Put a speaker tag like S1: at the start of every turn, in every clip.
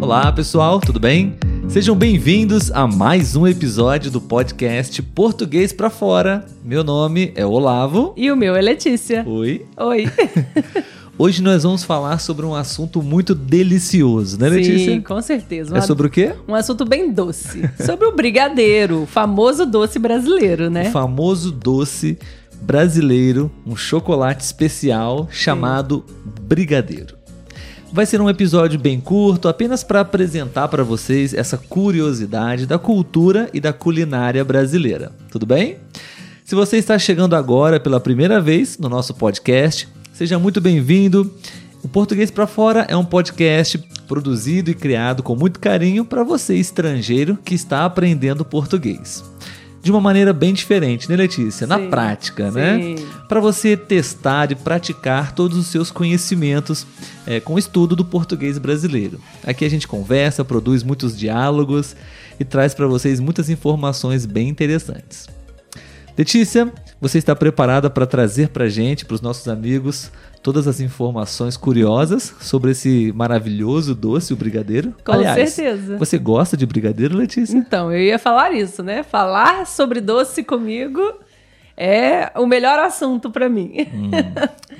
S1: Olá, pessoal, tudo bem? Sejam bem-vindos a mais um episódio do podcast Português pra Fora. Meu nome é Olavo.
S2: E o meu é Letícia.
S1: Oi.
S2: Oi.
S1: Hoje nós vamos falar sobre um assunto muito delicioso, né, Letícia?
S2: Sim, com certeza. Um
S1: É
S2: a-
S1: sobre o quê?
S2: Um assunto bem doce. Sobre o brigadeiro, o famoso doce brasileiro,
S1: O
S2: né?
S1: famoso doce brasileiro, um chocolate especial chamado brigadeiro. Vai ser um episódio bem curto, apenas para apresentar para vocês essa curiosidade da cultura e da culinária brasileira. Tudo bem? Se você está chegando agora pela primeira vez no nosso podcast, seja muito bem-vindo. O Português para Fora é um podcast produzido e criado com muito carinho para você estrangeiro que está aprendendo português. De uma maneira bem diferente, né, Letícia? Na
S2: Sim,
S1: prática, né?
S2: Sim.
S1: para você testar e praticar todos os seus conhecimentos eh, com o estudo do português brasileiro. Aqui a gente conversa, produz muitos diálogos e traz para vocês muitas informações bem interessantes. Letícia, você está preparada para trazer para gente, para os nossos amigos, todas as informações curiosas sobre esse maravilhoso doce, o brigadeiro?
S2: Com
S1: Aliás,
S2: certeza.
S1: Você gosta de brigadeiro, Letícia?
S2: Então, eu ia falar isso, né? Falar sobre doce comigo é o melhor assunto pra mim.
S1: Hum,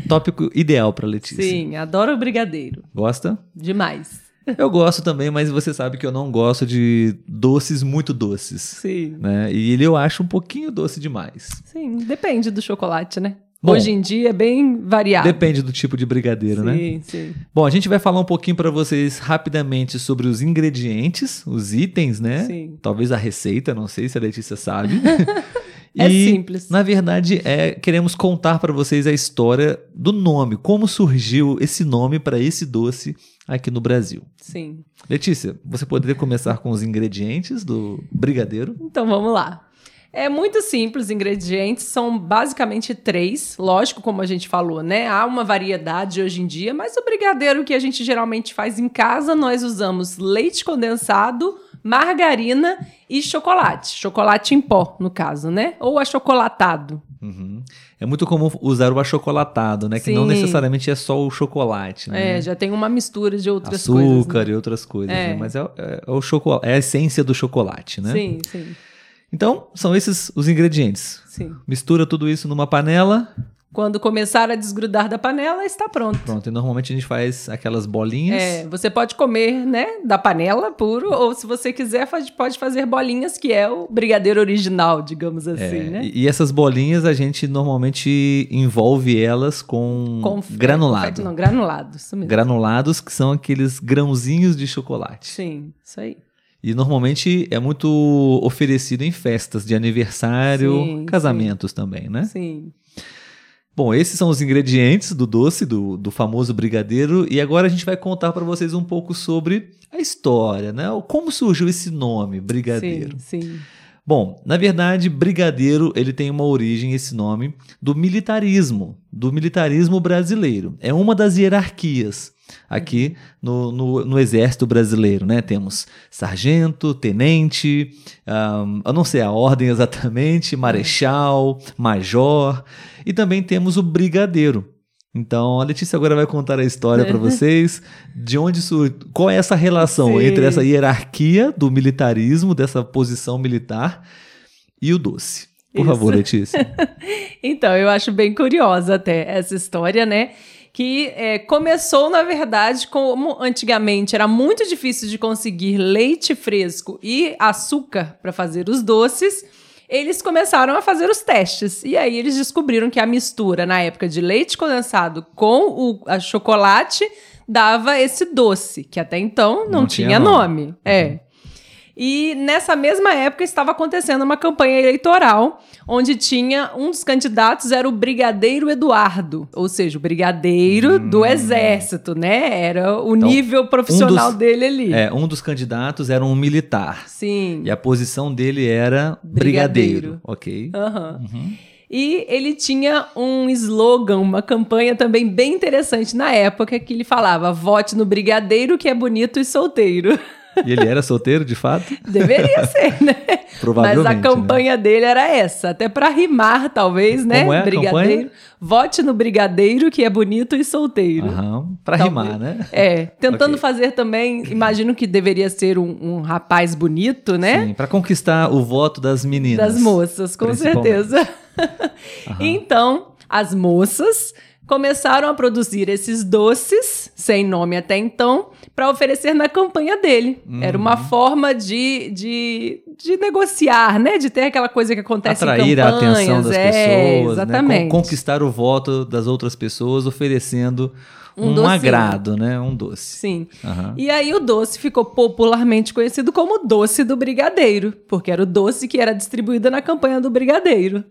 S1: Tópico ideal para Letícia.
S2: Sim, adoro o brigadeiro.
S1: Gosta?
S2: Demais.
S1: Eu gosto também, mas você sabe que eu não gosto de doces muito doces.
S2: Sim.
S1: Né? E ele eu acho um pouquinho doce demais.
S2: Sim, depende do chocolate, né?
S1: Bom.
S2: Hoje em dia é bem variado.
S1: Depende do tipo de brigadeiro, né?
S2: Sim, sim.
S1: Bom, a gente vai falar um pouquinho para vocês rapidamente sobre os ingredientes, os itens, né?
S2: Sim.
S1: Talvez a receita, não sei se a Letícia sabe.
S2: É
S1: E,
S2: simples.
S1: Na verdade, é, queremos contar para vocês a história do nome, como surgiu esse nome para esse doce aqui no Brasil.
S2: Sim.
S1: Letícia, você poderia começar com os ingredientes do brigadeiro?
S2: Então vamos lá. É muito simples, os ingredientes são basicamente três, lógico, como a gente falou, né? Há uma variedade hoje em dia, mas o brigadeiro que a gente geralmente faz em casa, nós usamos leite condensado, margarina e chocolate. Chocolate em pó, no caso, né? Ou achocolatado.
S1: Uhum. É muito comum usar o achocolatado, né? Que não
S2: Sim.
S1: necessariamente é só o chocolate, né?
S2: É, já tem uma mistura de outras
S1: Açúcar
S2: coisas. né?
S1: e outras coisas,
S2: É.
S1: né? Mas é, é- é o chocolate, é a essência do chocolate, né?
S2: Sim, sim,
S1: Então, são esses os ingredientes.
S2: sim.
S1: Mistura tudo isso numa panela,
S2: Quando começar a desgrudar da panela, está pronto.
S1: pronto. E normalmente a gente faz aquelas bolinhas.
S2: É, você pode comer, né, da panela puro, ou se você quiser, faz- pode fazer bolinhas, que é o brigadeiro original, digamos
S1: É,
S2: assim, né?
S1: E e essas bolinhas a gente normalmente envolve elas com,
S2: Confe-
S1: granulado.
S2: confete Não, granulado, isso mesmo.
S1: Granulados que são aqueles grãozinhos de chocolate.
S2: Sim, isso aí.
S1: E normalmente é muito oferecido em festas de aniversário,
S2: Sim,
S1: casamentos também, né?
S2: Sim.
S1: Bom, esses são os ingredientes do doce, do, do famoso brigadeiro. E agora a gente vai contar para vocês um pouco sobre a história, né? O- Como surgiu esse nome, brigadeiro?
S2: Sim, sim.
S1: Bom, na verdade, brigadeiro ele tem uma origem, esse nome, do militarismo, do militarismo brasileiro. É uma das hierarquias aqui no, no, no exército brasileiro, né? Temos sargento, tenente, ahn, eu não sei a ordem exatamente, marechal, major, e também temos o brigadeiro. Então, a Letícia agora vai contar a história para vocês de onde sur... qual é essa relação
S2: Sim.
S1: entre essa hierarquia do militarismo, dessa posição militar e o doce. Por
S2: Isso.
S1: favor, Letícia.
S2: Então, eu acho bem curiosa até essa história, né? Que é, começou, na verdade, como antigamente era muito difícil de conseguir leite fresco e açúcar para fazer os doces, eles começaram a fazer os testes. E aí eles descobriram que a mistura, na época, de leite condensado com o a chocolate dava esse doce, que até então não,
S1: Não tinha
S2: tinha, nome. É. E nessa mesma época estava acontecendo uma campanha eleitoral, onde tinha um dos candidatos era o Brigadeiro Eduardo, ou seja, o brigadeiro do exército, né? Era o
S1: Hum. Então,
S2: nível profissional
S1: dos-
S2: dele ali.
S1: É, um dos candidatos era um militar
S2: Sim.
S1: e a posição dele era brigadeiro,
S2: Brigadeiro.
S1: ok?
S2: Aham.
S1: Uhum.
S2: E ele tinha um slogan, uma campanha também bem interessante na época, que ele falava: vote no brigadeiro que é bonito e solteiro.
S1: E ele era solteiro, de fato?
S2: Deveria ser, né? Mas a
S1: Provavelmente,
S2: campanha dele era essa, até pra rimar, talvez, né?
S1: Como é a
S2: brigadeiro. Vote no brigadeiro que é bonito e solteiro.
S1: Aham, pra
S2: Talvez.
S1: rimar, né?
S2: É, tentando
S1: Ah. Ok.
S2: fazer também, imagino que deveria ser um, um rapaz bonito, né?
S1: Sim, pra conquistar o voto das meninas.
S2: Das moças, com
S1: principalmente.
S2: certeza.
S1: Aham.
S2: Então, as moças começaram a produzir esses doces, sem nome até então, para oferecer na campanha dele. Era uma
S1: Uhum.
S2: forma de, de, de negociar, né? De ter aquela coisa que acontece em
S1: Atrair a
S2: campanhas.
S1: atenção das
S2: é,
S1: pessoas, né?
S2: Exatamente.
S1: Con- conquistar o voto das outras pessoas oferecendo
S2: Um
S1: um,
S2: docinho.
S1: agrado, né? Um doce.
S2: Sim.
S1: Aham.
S2: E aí o doce ficou popularmente conhecido como doce do brigadeiro, porque era o doce que era distribuído na campanha do brigadeiro.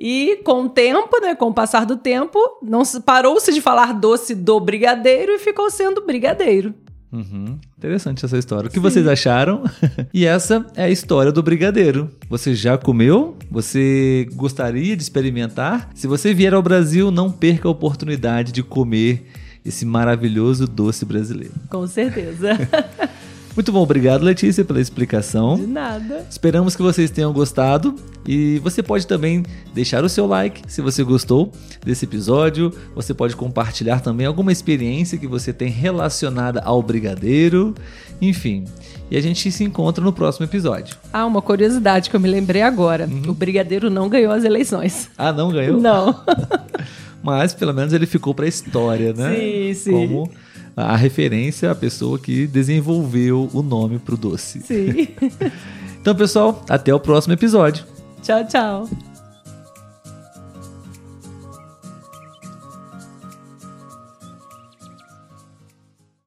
S2: E com o tempo, né, com o passar do tempo, não se- parou-se de falar doce do brigadeiro e ficou sendo brigadeiro.
S1: Uhum. Interessante essa história. O que vocês acharam? e essa é a história do brigadeiro. Você já comeu? Você gostaria de experimentar? Se você vier ao Brasil, não perca a oportunidade de comer esse maravilhoso doce brasileiro.
S2: Com certeza.
S1: Muito bom, obrigado Letícia pela explicação.
S2: De nada.
S1: Esperamos que vocês tenham gostado e você pode também deixar o seu like se você gostou desse episódio. Você pode compartilhar também alguma experiência que você tem relacionada ao brigadeiro, enfim. E a gente se encontra no próximo episódio.
S2: Ah, uma curiosidade que eu me lembrei agora. O brigadeiro não ganhou as eleições.
S1: Ah, não ganhou?
S2: Não.
S1: Mas pelo menos ele ficou para a história, né?
S2: Sim, sim.
S1: Como a referência à pessoa que desenvolveu o nome pro doce.
S2: Sim.
S1: Então, pessoal, até o próximo episódio.
S2: Tchau, tchau.